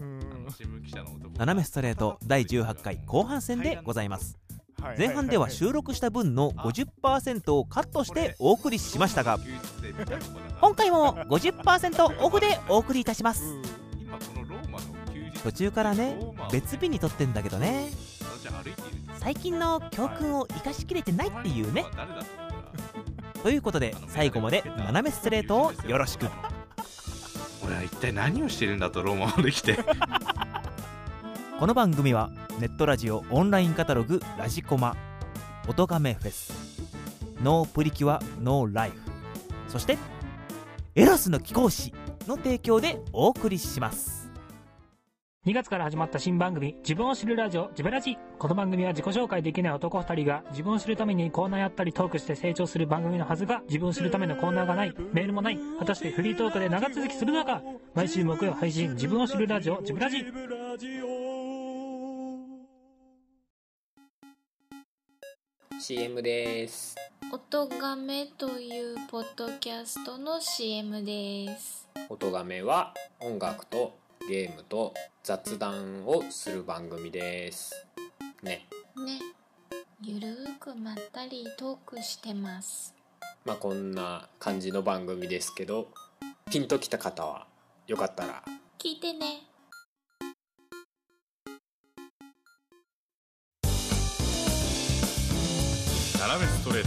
うん新聞記者の男が斜めストレート第18回後半戦でございますはい前半では収録した分の50%をカットしてお送りしましたが休日生みたいなとこだな今回も50%オフでお送りいたしまいはいすはい今このローマの休日途中からね別日に撮ってんだけどねあじゃあ歩いている最近の教訓を生かしきれてないっていうねお前のことは誰だと思ったらということで最後まで斜めストレートをよろしく俺は一体何をしてるんだとローマを歩きてこの番組はネットラジオオンラインカタログ「ラジコマ」「音ガメフェス」「ノープリキュアノーライフ」そして「エロスの貴公子」の提供でお送りします2月から始まった新番組、自分を知るラジオ、ジベラジ。この番組は自己紹介できない男2人が、自分を知るためにコーナーやったりトークして成長する番組のはずが、自分を知るためのコーナーがない、メールもない、果たしてフリートークで長続きするのか。毎週木曜配信、自分を知るラジオ、ジベラジ。 CM です音がめというポッドキャストの CM です。音がめは音楽とゲームと雑談をする番組ですねね。ゆるーくまったりトークしてます。まあこんな感じの番組ですけどピンときた方はよかったら聞いてね。斜めストレー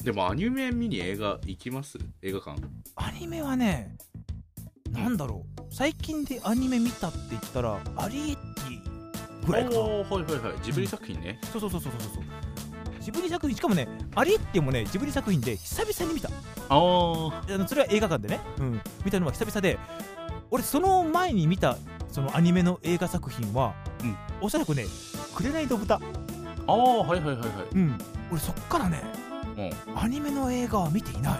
トでもアニメ見に映画行きます映画館アニメはねなんだろう最近でアニメ見たって言ったらアリエッティぐらいかなおーはいはいはいジブリ作品ね、そうそうそうそうそうそうジブリ作品しかもねアリエッティもねジブリ作品で久々に見たああのそれは映画館でね、うん、見たのは久々で俺その前に見たそのアニメの映画作品は、うんおそらくね「紅の豚あああはいはいはいは」うん俺そっからねい、うん、アニメの映画は見ていない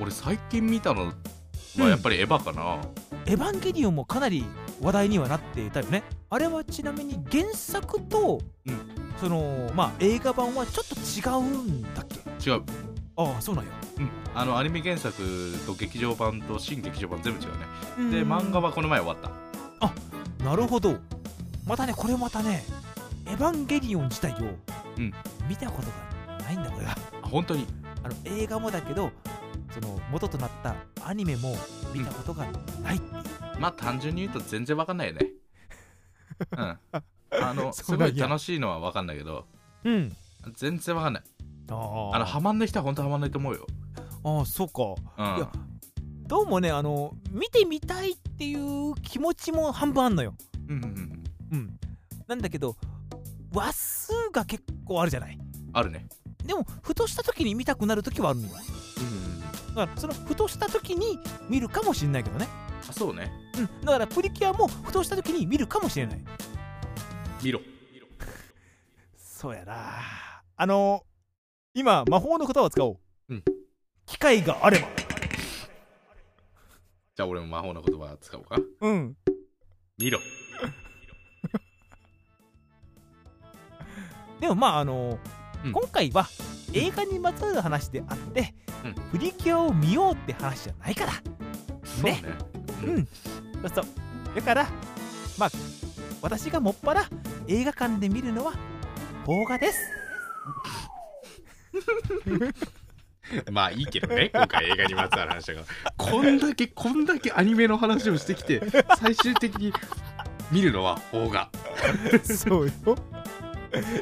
俺最近見たのはやっぱりエヴァかな、 「エヴァンゲリオン」もかなり話題にはなっていたよねあれはちなみに原作と、うんそのまあ映画版はちょっと違うんだっけ違う、ああそうなんやうん、あのアニメ原作と劇場版と新劇場版全部違うねで漫画はこの前終わったなるほどまたねこれまたね「エヴァンゲリオン」自体をうん見たことがないんだ俺はあ本当にあの映画もだけどその元となったアニメも見たことがないっていう、まあ単純に言うと全然わかんないよ ねうんあのそすうなごんやい楽しいのはわかんないけどうん、全然わかんないああのハマんない人は本当ハマんないと思うよああそうかうんいやどうもねあの見てみたいっていう気持ちも半分あんのようんうんうんうんなんだけど話数が結構あるじゃないあるねでもふとした時に見たくなる時はあるのようんうんうんだからそのふとした時に見るかもしれないけどねあそうねうんだからプリキュアもふとした時に見るかもしれない見ろそうやなあの今魔法の言葉を使おう、うん機会があればじゃあ俺も魔法の言葉使おうかうん見ろでもまああのうん今回は映画にまつわる話であって、うんプリキュアを見ようって話じゃないからそうねうんそうそうだからまあ私がもっぱら映画館で見るのは邦画ですまあいいけどね今回映画にまつわる話だからこんだけこんだけアニメの話をしてきて最終的に見るのは邦画そうよ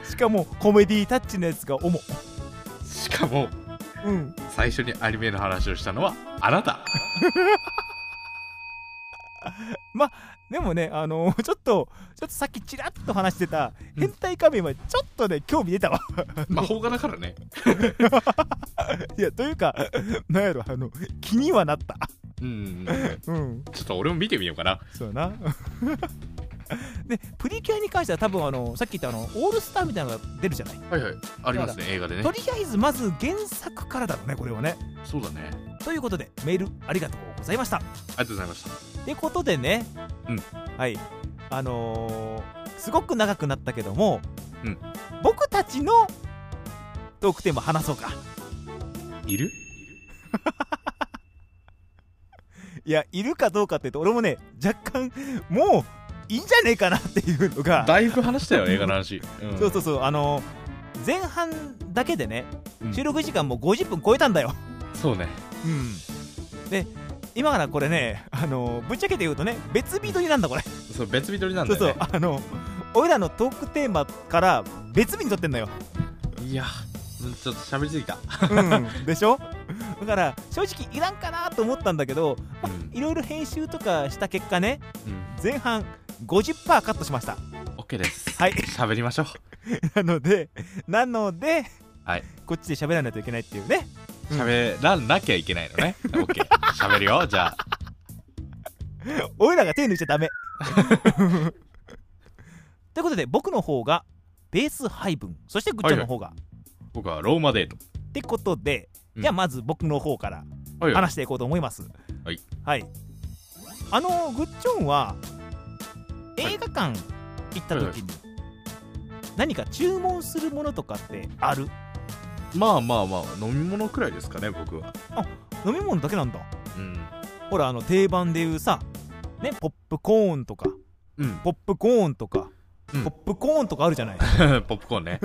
しかもコメディタッチのやつが主しかもうん最初にアニメの話をしたのはあなたでもねあのちょっとちょっとさっきちらっと話してた変態仮面はちょっとね興味出たわまあ邦画だからねいやというかなんやろあの気にはなったうんうんちょっと俺も見てみようかなそうやな でプリキュアに関しては多分あのさっき言ったあのオールスターみたいなのが出るじゃない、はいはいありますね映画でねとりあえずまず原作からだろうねこれはねそうだねということでメールありがとうございましたありがとうございましたってことでね、うんはいあのーすごく長くなったけども、うん僕たちのトークテーマ話そうかいるいやいるかどうかって言うと俺もね若干もういいんじゃねえかなっていうのがだいぶ話したよ映画の話、うんそうそうそうあの前半だけでねうん収録時間もう50分超えたんだよ、そうねうん、で今からこれねあのぶっちゃけて言うとね別ビートになんだこれそう別人なんだそうよ、ね、そうあの俺らのトークテーマから別日に撮ってんだよ、いやうんちょっと喋りすぎた、うん、 でしょだから正直いらんかなと思ったんだけどうんいろいろ編集とかした結果ねうん、前半50%カットしました OK ですはい 喋りましょうなのでなので、はいこっちで喋らないといけないっていうね喋らなきゃいけないの ね OK 喋るよじゃあ俺らが手抜いちゃ ダメということで僕の方がベース配分そしてグッチョンの方が、僕はローマデートってことで、うんじゃあまず僕の方か らはいはい話していこうと思いますはい、はい、あのーグッチョンは映画館行った時に何か注文するものとかってあるまあまあまあ飲み物くらいですかね僕は飲み物だけなんだうんほらあの定番で言うさねポップコーンとかうんポップコーンとか、うんポップコーンとかあるじゃない ポップコーンね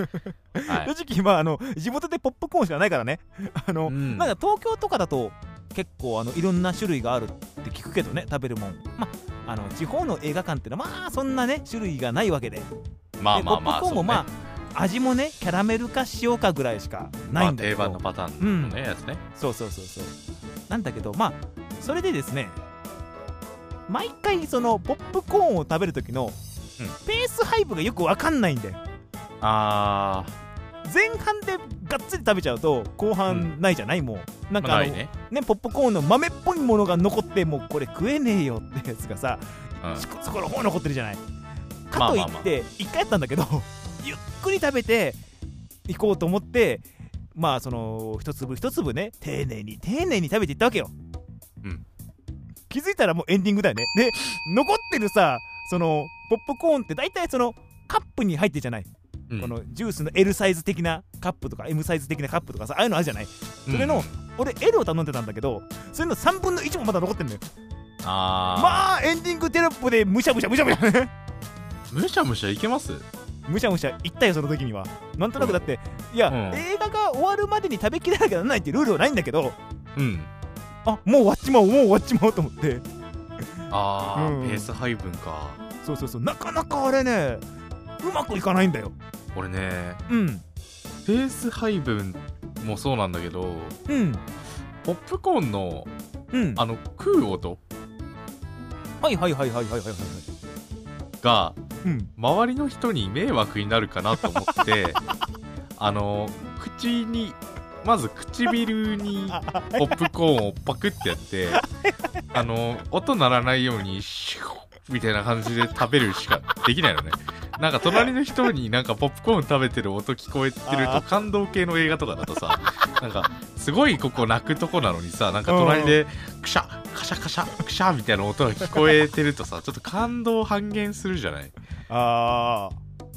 はい正直今あの地元でポップコーンしかないからね あの、うんなんか東京とかだと結構あのいろんな種類があるって聞くけどね食べるもんまああの地方の映画館ってのはまあそんなね種類がないわけでまあでまあまあポップコーンもまあ、味もねキャラメルか塩かぐらいしかそうねないんだけまど、あ定番のパターンのね、やつねそうそうそうそうなんだけどまあそれでですね毎回そのポップコーンを食べる時のうんペース配分がよくわかんないんだよあー前半でがっつり食べちゃうと後半ないじゃない、もうなんかまああなの、いね、ね、ポップコーンの豆っぽいものが残ってもうこれ食えねえよってやつがさ、うんそこそこの方残ってるじゃないまかあといまあまあって一回やったんだけどゆっくり食べていこうと思ってまあその一粒一粒ね丁寧に丁寧に食べていったわけよ、うん気づいたらもうエンディングだよねで残ってるさそのポップコーンって大体そのカップに入ってるじゃない、うんこのジュースの L サイズ的なカップとか M サイズ的なカップとかさああいうのあるじゃないそれのうん俺 L を頼んでたんだけどそれの3分の1もまだ残ってんのよあまあエンディングテロップでむしゃむしゃむしゃむしゃね ー、むしゃむしゃいけますむしゃむしゃ言ったよその時にはなんとなくだって、いや、うん映画が終わるまでに食べきらなきゃならないっていうルールはないんだけどうんあもう終わっちまおうもう終わっちまおうと思ってあー、うんペース配分かそうそうそうなかなかあれねうまくいかないんだよ俺ねうんペース配分もそうなんだけどうんポップコーンのうんあの食う音はいはいはいはいはいはいはいがうん周りの人に迷惑になるかなと思って あの口にまず唇 にポップコーンをパクってやってあの音鳴らないようにシュッみたいな感じで食べるしかできないのねなんか隣の人になんかポップコーン食べてる音聞こえてるあと感動系の映画とかだとさなんかすごいここ泣くとこなのにさなんか隣でクシャカシャカシャクシャみたいな音が聞こえてるとさちょっと感動半減するじゃないあ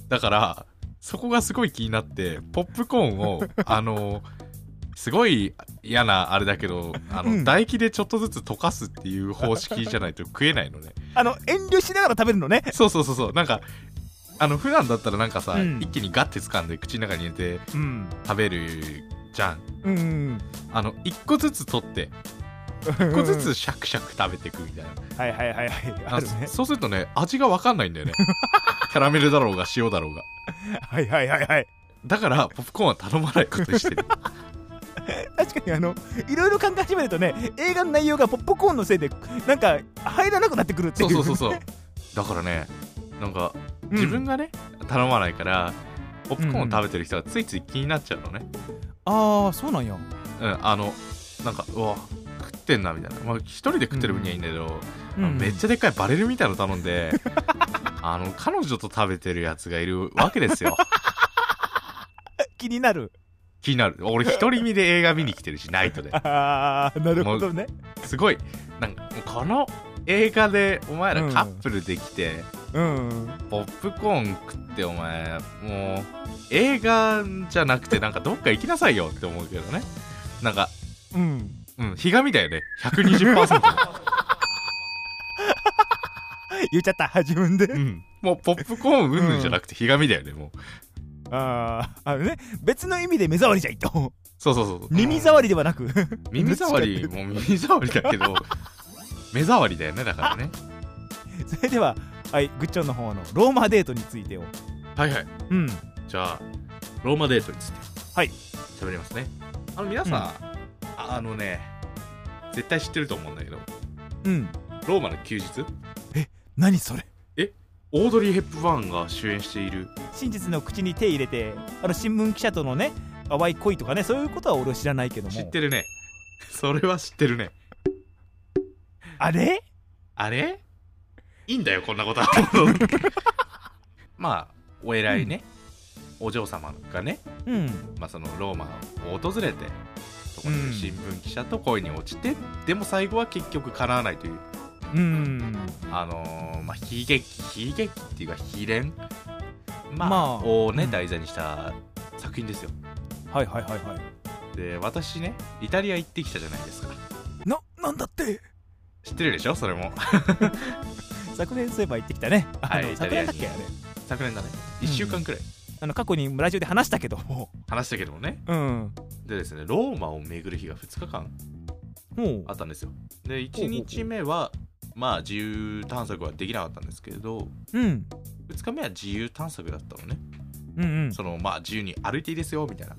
ーだからそこがすごい気になってポップコーン をあのすごい嫌なあれだけどあの、うん唾液でちょっとずつ溶かすっていう方式じゃないと食えないのねあの遠慮しながら食べるのねそうそうそうそうなんかあの普段だったらなんかさ、うん一気にガッて掴んで口の中に入れてうん食べるじゃんうんうんあの一個ずつ取って1一個ずつシャクシャク食べていくみたいなはいはいはいはいあるねそうするとね味が分かんないんだよねキャラメルだろうが塩だろうがはいはいはいはいだからポップコーンは頼まないことにして る確かにあのいろいろ考え始めるとね映画の内容がポップコーンのせいでなんか入らなくなってくるっていそううそうそうそうだからねなんかうん自分がね、頼まないからポップコーンを食べてる人がついつい気になっちゃうのね、ああそうなんやうんあのなんかうわ食ってんなみたいな、まあ、一人で食ってる分にはいいんだけど、あのめっちゃでっかいバレルみたいなの頼ん であの彼女と食べてるやつがいるわけですよ気になる気になる俺独り身で映画見に来てる しナイトでああなるほどねすごいなんかもうこの映画でお前らカップルできて、うんポップコーン食ってお前もう映画じゃなくてなんかどっか行きなさいよって思うけどねなんかうん うんひがみだよね120%言っちゃった、自分でう。ん。もうポップコーンうんぬんじゃなくて、ひがみだよね、もう。あーあのね、別の意味で目障りじゃいと。そうそうそう。耳障りではなく。耳障 り、もう耳障りだけど、目障りだよね、だからね。それでは、はい、グッチョンの方のローマデートについてを。はいはい。うん。じゃあ、ローマデートについて。はい。喋りますね。あの、皆さん、うんああのね、絶対知ってると思うんだけど、うん。ローマの休日何それオードリー・ヘップバーンが主演している真実の口に手入れて、あの、新聞記者とのね、淡い恋とかね、そういうことは俺は知らないけども。知ってるね それは知ってるねあれあれいいんだよこんなことは まあお偉いね、お嬢様がね、うん。まあ、そのローマを訪れてそこに新聞記者と恋に落ちて、でも最後は結局叶わないといううん。あのーまあ悲劇悲劇っていうか悲恋まあ、まあをね、うん題材にした作品ですよはいはいはいはで私ねイタリア行ってきたじゃないですかい。な、なんだって知ってるでしょそれも昨年そういえば行ってきたね。あはいの、イタ昨リア年にだっけあれ。昨年だね1週間くらいあの、過去にラジオで話したけども。話したけどもねうん。でですねローマを巡る日が2日間もうあ。ったんですよで1日目はまあ自由探索はできなかったんですけれどうん。 2日目は自由探索だったのねうんうん。そのまあ自由に歩いていいですよみたいな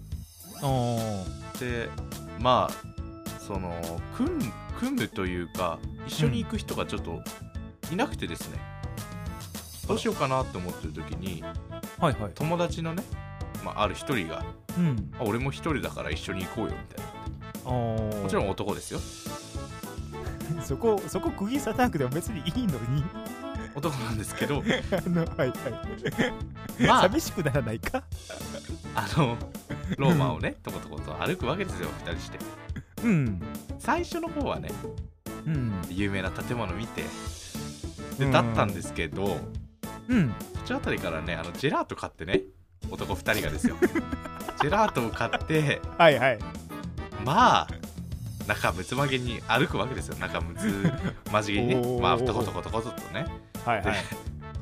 あでまあその組む組むというか一緒に行く人がちょっといなくてですね、どうしようかなって思ってる時にあ。はいはい。友達のね、まあ、ある一人がうん。あ俺も一人だから一緒に行こうよみたいなああ。ももちろん男ですよそこ、そこ、釘刺さなくても別にいいのに。 男なんですけどあの、はいはい。まあ寂しくならないかあのローマをねとことこと歩くわけですよ2人してうん。最初の方はねうん。有名な建物見てでうんだったんですけどうん。途中あたりからねあのジェラート買ってね男2人が ですよジェラートを買ってはいはい。まあ中むつまげに歩くわけですよ中むつまじげにねおーまあとことことこととねはいで。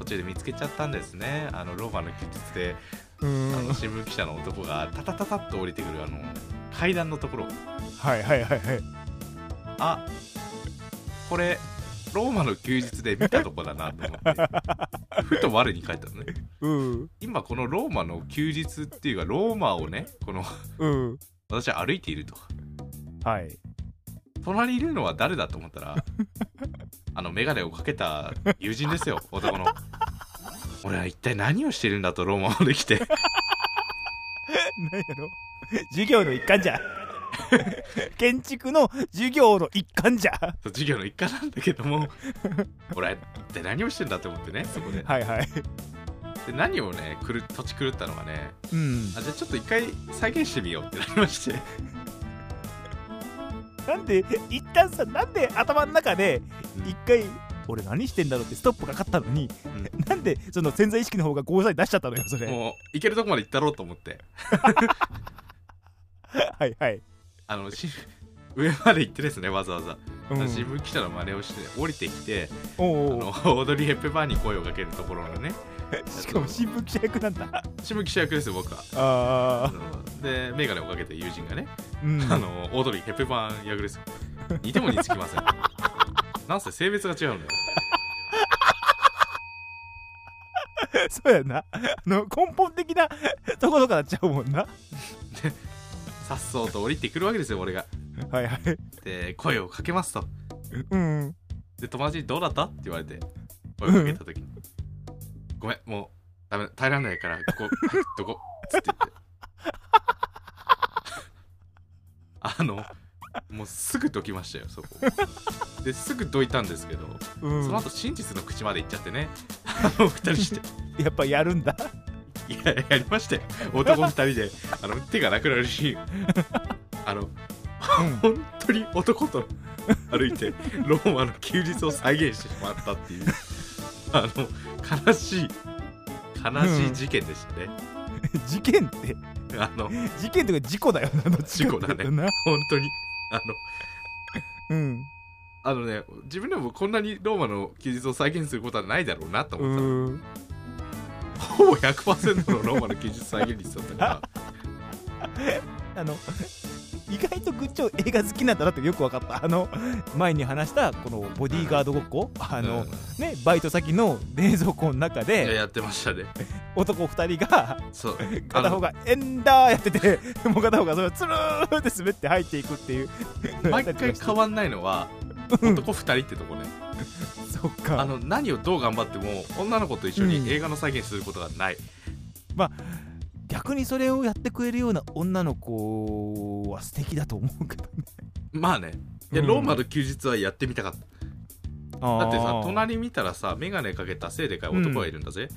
途中で見つけちゃったんですねあのローマの休日でうあん。の新聞記者の男がタタタタッと降りてくるあの階段のところはいはいはいはい。あこれローマの休日で見たとこだなと思ってふと我に返ったのねうん。今このローマの休日っていうかローマをねこのうん。私は歩いているとはい。隣にいるのは誰だと思 ったらあの眼鏡をかけた友人ですよ男の俺は一体何をしてるんだとローマまで来て何やろ授業の一環 じゃ。建築の授業の一環じゃ。授業の一環なんだけども俺は一体何をしてるんだと思ってねそこではいはい。で何をねくる土地狂ったのがねうん。あじゃあちょっと一回再現してみようってなりましてなんで、一旦さ、なんで頭の中で、一回、俺何してんだろうってストップかかったのに、 なんでその潜在意識の方がゴーサイン出しちゃったのよ、それ。はもう行けるとこまで行ったろうと思っていはい。あのし上まで行ってですねわざわざ、うん新聞記者の真似をして降りてきておあうのおうオードリー・ヘップバーンに声をかけるところのね しかも新聞記者役なんだ。新聞記者役ですよ僕は あああ。ので眼鏡をかけて友人がね、うん。 あのオードリー・ヘップバーン役ですよ似ても似つきませ んなんせ性別が違うんだよそうやな。あの、根本的な ところからちゃうもんな。さっそうと降りてくるわけですよ俺がはいはい。で声をかけますとうん。で友達に「どうだった?」って言われて声をかけた時に「ごめんもうダメ耐えられないからここ入っとこ」っつって 言ってあのもうすぐどきましたよそこですぐどいたんですけど、うんその後真実の口まで行っちゃってねあの二人してやっぱやるんだ。いややりましたよ男二人であの手がなくなるしあの本当に男と歩いてローマの休日を再現してしまったっていうあの悲しい悲しい事件でしたね、事件って、あの本事件というか事故だよな、どっちかって事故いうとだな。当にあの うん。あのね自分でもこんなにローマの休日を再現することはないだろうなとう思ーってんたほぼ100%のローマの休日再現率だったからあの 意外とグッチョ映画好きなんだなってよく分かったあの前に話したこのボディーガードごっこあの、うんねバイト先の冷蔵庫の中いやでやってましたね男2人がそうあ片方のがエンダーやってて もう片方がそれをつるーって滑って入っていくっていう 毎回変わんないのは男2人ってとこね そっかあの何をどう頑張っても女の子と一緒うんに映画の再現することがない、逆にそれをやってくれるような女の子は素敵だと思うけどねまあねいやうんローマの休日はやってみたかった、だだってさ隣見たらさ眼鏡かけたせいでかい男がいるんだ ぜ、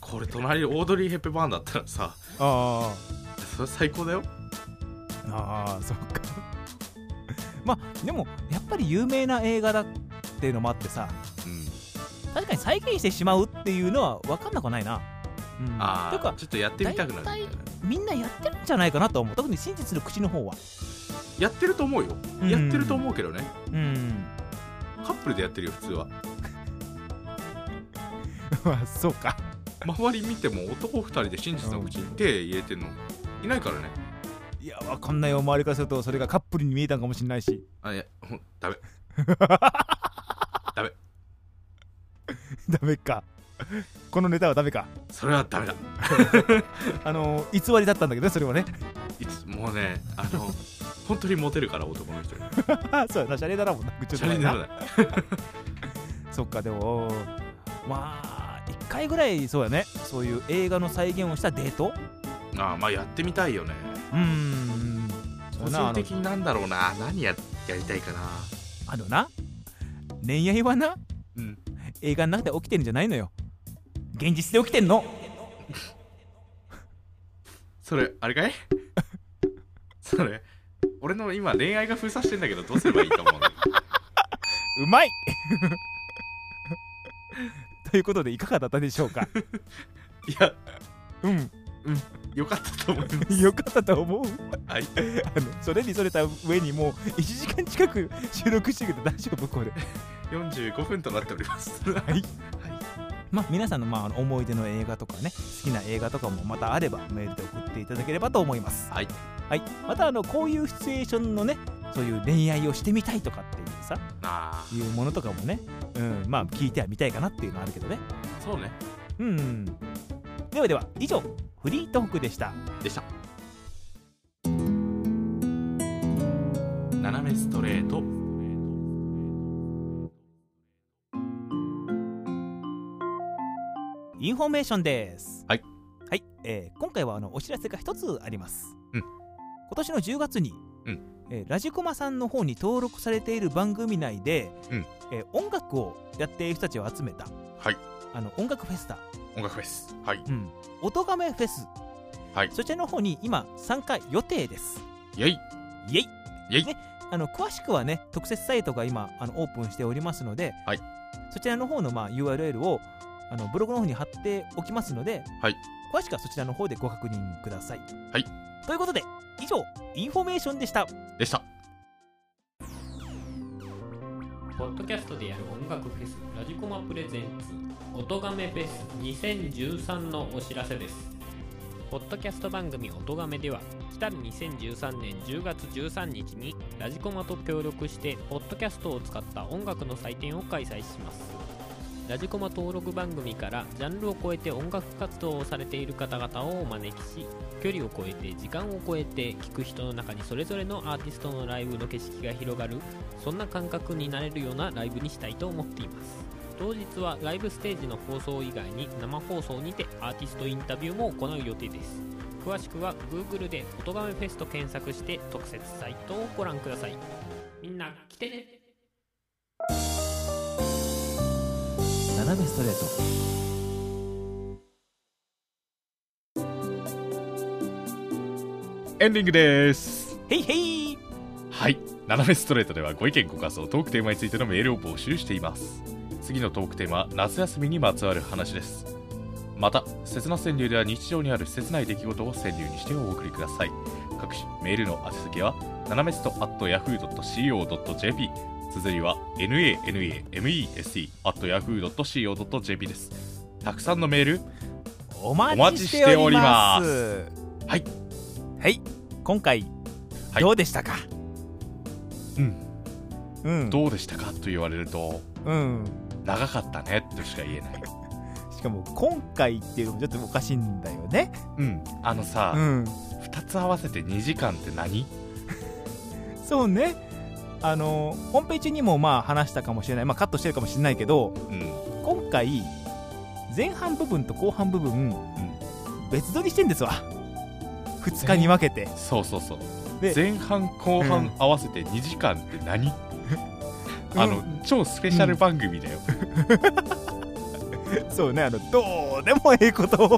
これ隣オードリー・ヘッペバーンだったらさあそれ最高だよーあーそっか まあでもやっぱり有名な映画だっていうのもあってさうん確かに再現してしまうっていうのは分かんなくはないな、うん、あというあかちょっとやってみたくなるんだよねみんなやってるんじゃないかなとは思う特に真実の口の方はやってると思うよ、うんやってると思うけどね うんカップルでやってるよ普通はそうか周り見ても男2人で真実の口に手入れてんのいないからねいや分かんないよ周りからするとそれがカップルに見えたんかもしれないし あいやほんダメダメかこのネタはダメかそれはダメだあの偽りだったんだけどねそれはね いつもうねあの 本当にモテるから男の人 にそうやなシャレだなもんなチャレンジならないそっかでもまあ1回ぐらいそうやねそういう映画の再現をしたデートああまあやってみたいよねうーんそ個うな性あの的になんだろうな何ややりたいかなあのな恋愛はなうん映画の中で起きてるんじゃないのよ現実で起きてんのそれあれ かいそれ俺の今恋愛が封鎖してんだけどどうすればいいと思うのうまい ということでいかがだったでしょ うか いやうんよかったと思いますよかったと思うはい あのそれにそれた上にもう1時間近く収録してるけど大丈夫これ。45分となっております。はいまあ、皆さんのまああの思い出の映画とかね好きな映画とかもまたあればメールで送っていただければと思います、はい。はい、またあのこういうシチュエーションのねそういう恋愛をしてみたいとかっていうさ あいうものとかもね、うん、まあ聞いてはみたいかなっていうのはあるけどねあ、そうね。うんではでは以上フリートークでしたでした。斜めストレート。インフォメーションですはい、はいえー今回はあのお知らせが一つあります、うん今年の10月に、うんえーラジコマさんの方に登録されている番組内で、うんえー音楽をやっている人たちを集めたはい。あの音楽フェスタ音楽フェス。はい。うん音亀フェス、はいそちらの方に今参加予定ですイェイ。イエイイェイねあの詳しくはね特設サイトが今あのオープンしておりますので、はいそちらの方の、まあ、URL をあのブログの方に貼っておきますので、はい詳しくはそちらの方でご確認ください。はい、ということで以上インフォメーションでした。でした。ポッドキャストでやる音楽フェスラジコマプレゼンツ音がめフェス2013のお知らせですポッドキャスト番組「音がめ」では来たる2013年10月13日にラジコマと協力してポッドキャストを使った音楽の祭典を開催しますラジコマ登録番組からジャンルを超えて音楽活動をされている方々をお招きし距離を超えて時間を超えて聴く人の中にそれぞれのアーティストのライブの景色が広がるそんな感覚になれるようなライブにしたいと思っています当日はライブステージの放送以外に生放送にてアーティストインタビューも行う予定です詳しくは Google で「音亀フェス」と検索して特設サイトをご覧くださいみんな来てね斜めストレーエンディングです。ト。へいへい。はい。斜めストレートではご意見ご感想、トークテーマについてのメールを募集しています。次のトークテーマは夏休みにまつわる話です。また、刹那川柳では日常にある切ない出来事を川柳にしてお送りください。各種メールの宛先はナメスト at yahoo.co.jp 綴りは nanamest at yahoo.co.jp ですたくさんのメールお待ちしておりまおす待ちしてはいはい今回はいどうでしたか、うんうんどうでしたかと言われるとうん長かったねとしか言えないしかも今回っていうのもちょっとおかしいんだよねうんあのさ、うん2つ合わせて2時間って何そうねあの本編中にもまあ話したかもしれない、まあ、カットしてるかもしれないけどうん今回前半部分と後半部分別撮りしてんですわ2日に分けてそうそうそうで前半後うん半合わせて2時間って何、うんあの超スペシャル番組だよ、 そうねあのどうでもええことを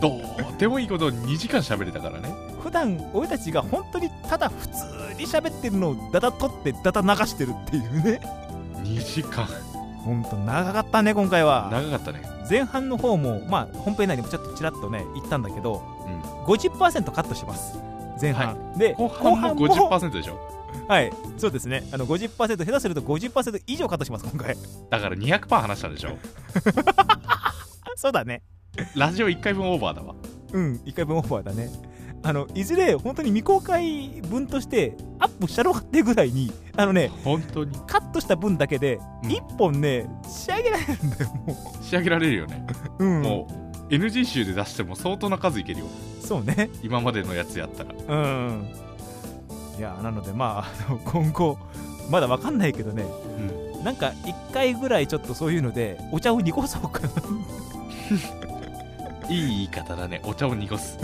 どうでもいいことを2時間喋れたからね普段俺たちが本当にただ普通に喋ってるのをダダ撮ってダダ流してるっていうね2時間ほんと長かったね今回は長かったね前半の方もまあ本編内でもちょっとちらっとね言ったんだけどうん50%カットしてます前半、で後半も50%でしょはいそうですねあの50%下手すると50%以上カットします今回 だから200%話したんでしょそうだねラジオ1回分オーバーだわうん1回分オーバーだねあのいずれ本当に未公開分としてアップしたろうかってぐらいにあのね本当にカットした分だけでうん1本ね、仕上げられるんだよも仕上げられるよね、う,、うん、もう NG 集で出しても相当な数いけるよそうね今までのやつやったらうんいやなのでまああの今後まだわかんないけどね、なんか1回ぐらいちょっとそういうのでお茶を濁そうかないい言い方だねお茶を濁 す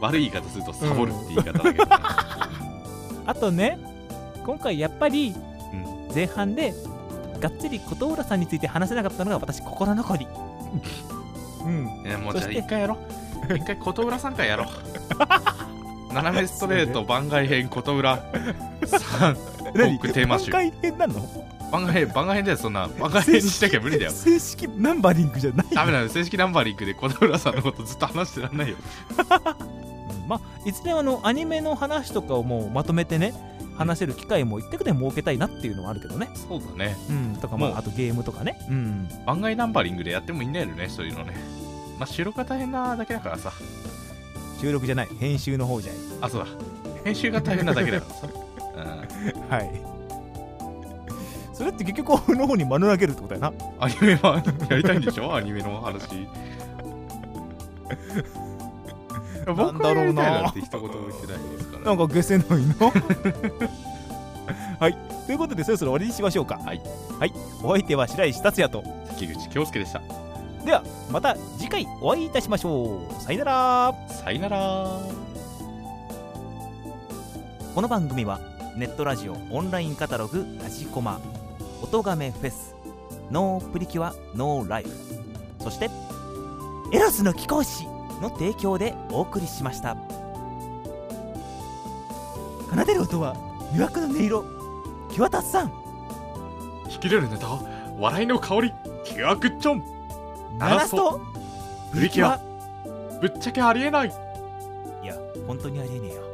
悪い言い方するとサボるって言い方だけどね、あとね今回やっぱりう前半でがっつり琴浦さんについて話せなかったのが私心 残りうん ねもうそじしゃあて一回やろう一回琴浦さん回やろう 斜めストレート番外編琴浦さん何トークテーマ集回編なの番外編番外編だよそんな番外 編にしなきゃ無理だよ正式ナンバリングじゃないダメだよ正式ナンバリングで琴浦さんのことずっと話してらんないようんまあいずれあのアニメの話とかをもうまとめてね話せる機会も一択で設けたいなっていうのはあるけどねそうだねうんとかまもうああとゲームとかねうん番外ナンバリングでやってもいいんだよねそういうのねまあ収録が大変なだけだからさ収録じゃない編集の方じゃあそうだ編集が大変なだけだから さ、う、ないはいそれって結局俺の方に丸投げるってことやなんアニメはやりたいんでしょアニメの話僕はやりたいなんて一言も言ってないですからなんか消せない のはいということでそろそろ終わりにしましょうかはい、はい、お相手は白石達也と関口京介でしたではまた次回お会いいたしましょうさよならさよならこの番組はネットラジオオンラインカタログ「ラジコマ」「音亀フェス」「ノープリキュアノーライフ」そして「エロスの貴公子」の提供でお送りしました奏でる音は魅惑の音色キュアタスさん引き出るネタ笑いの香りキュアクッチョン鳴らすとプリキュアぶっちゃけありえないいや本当にありえねえよ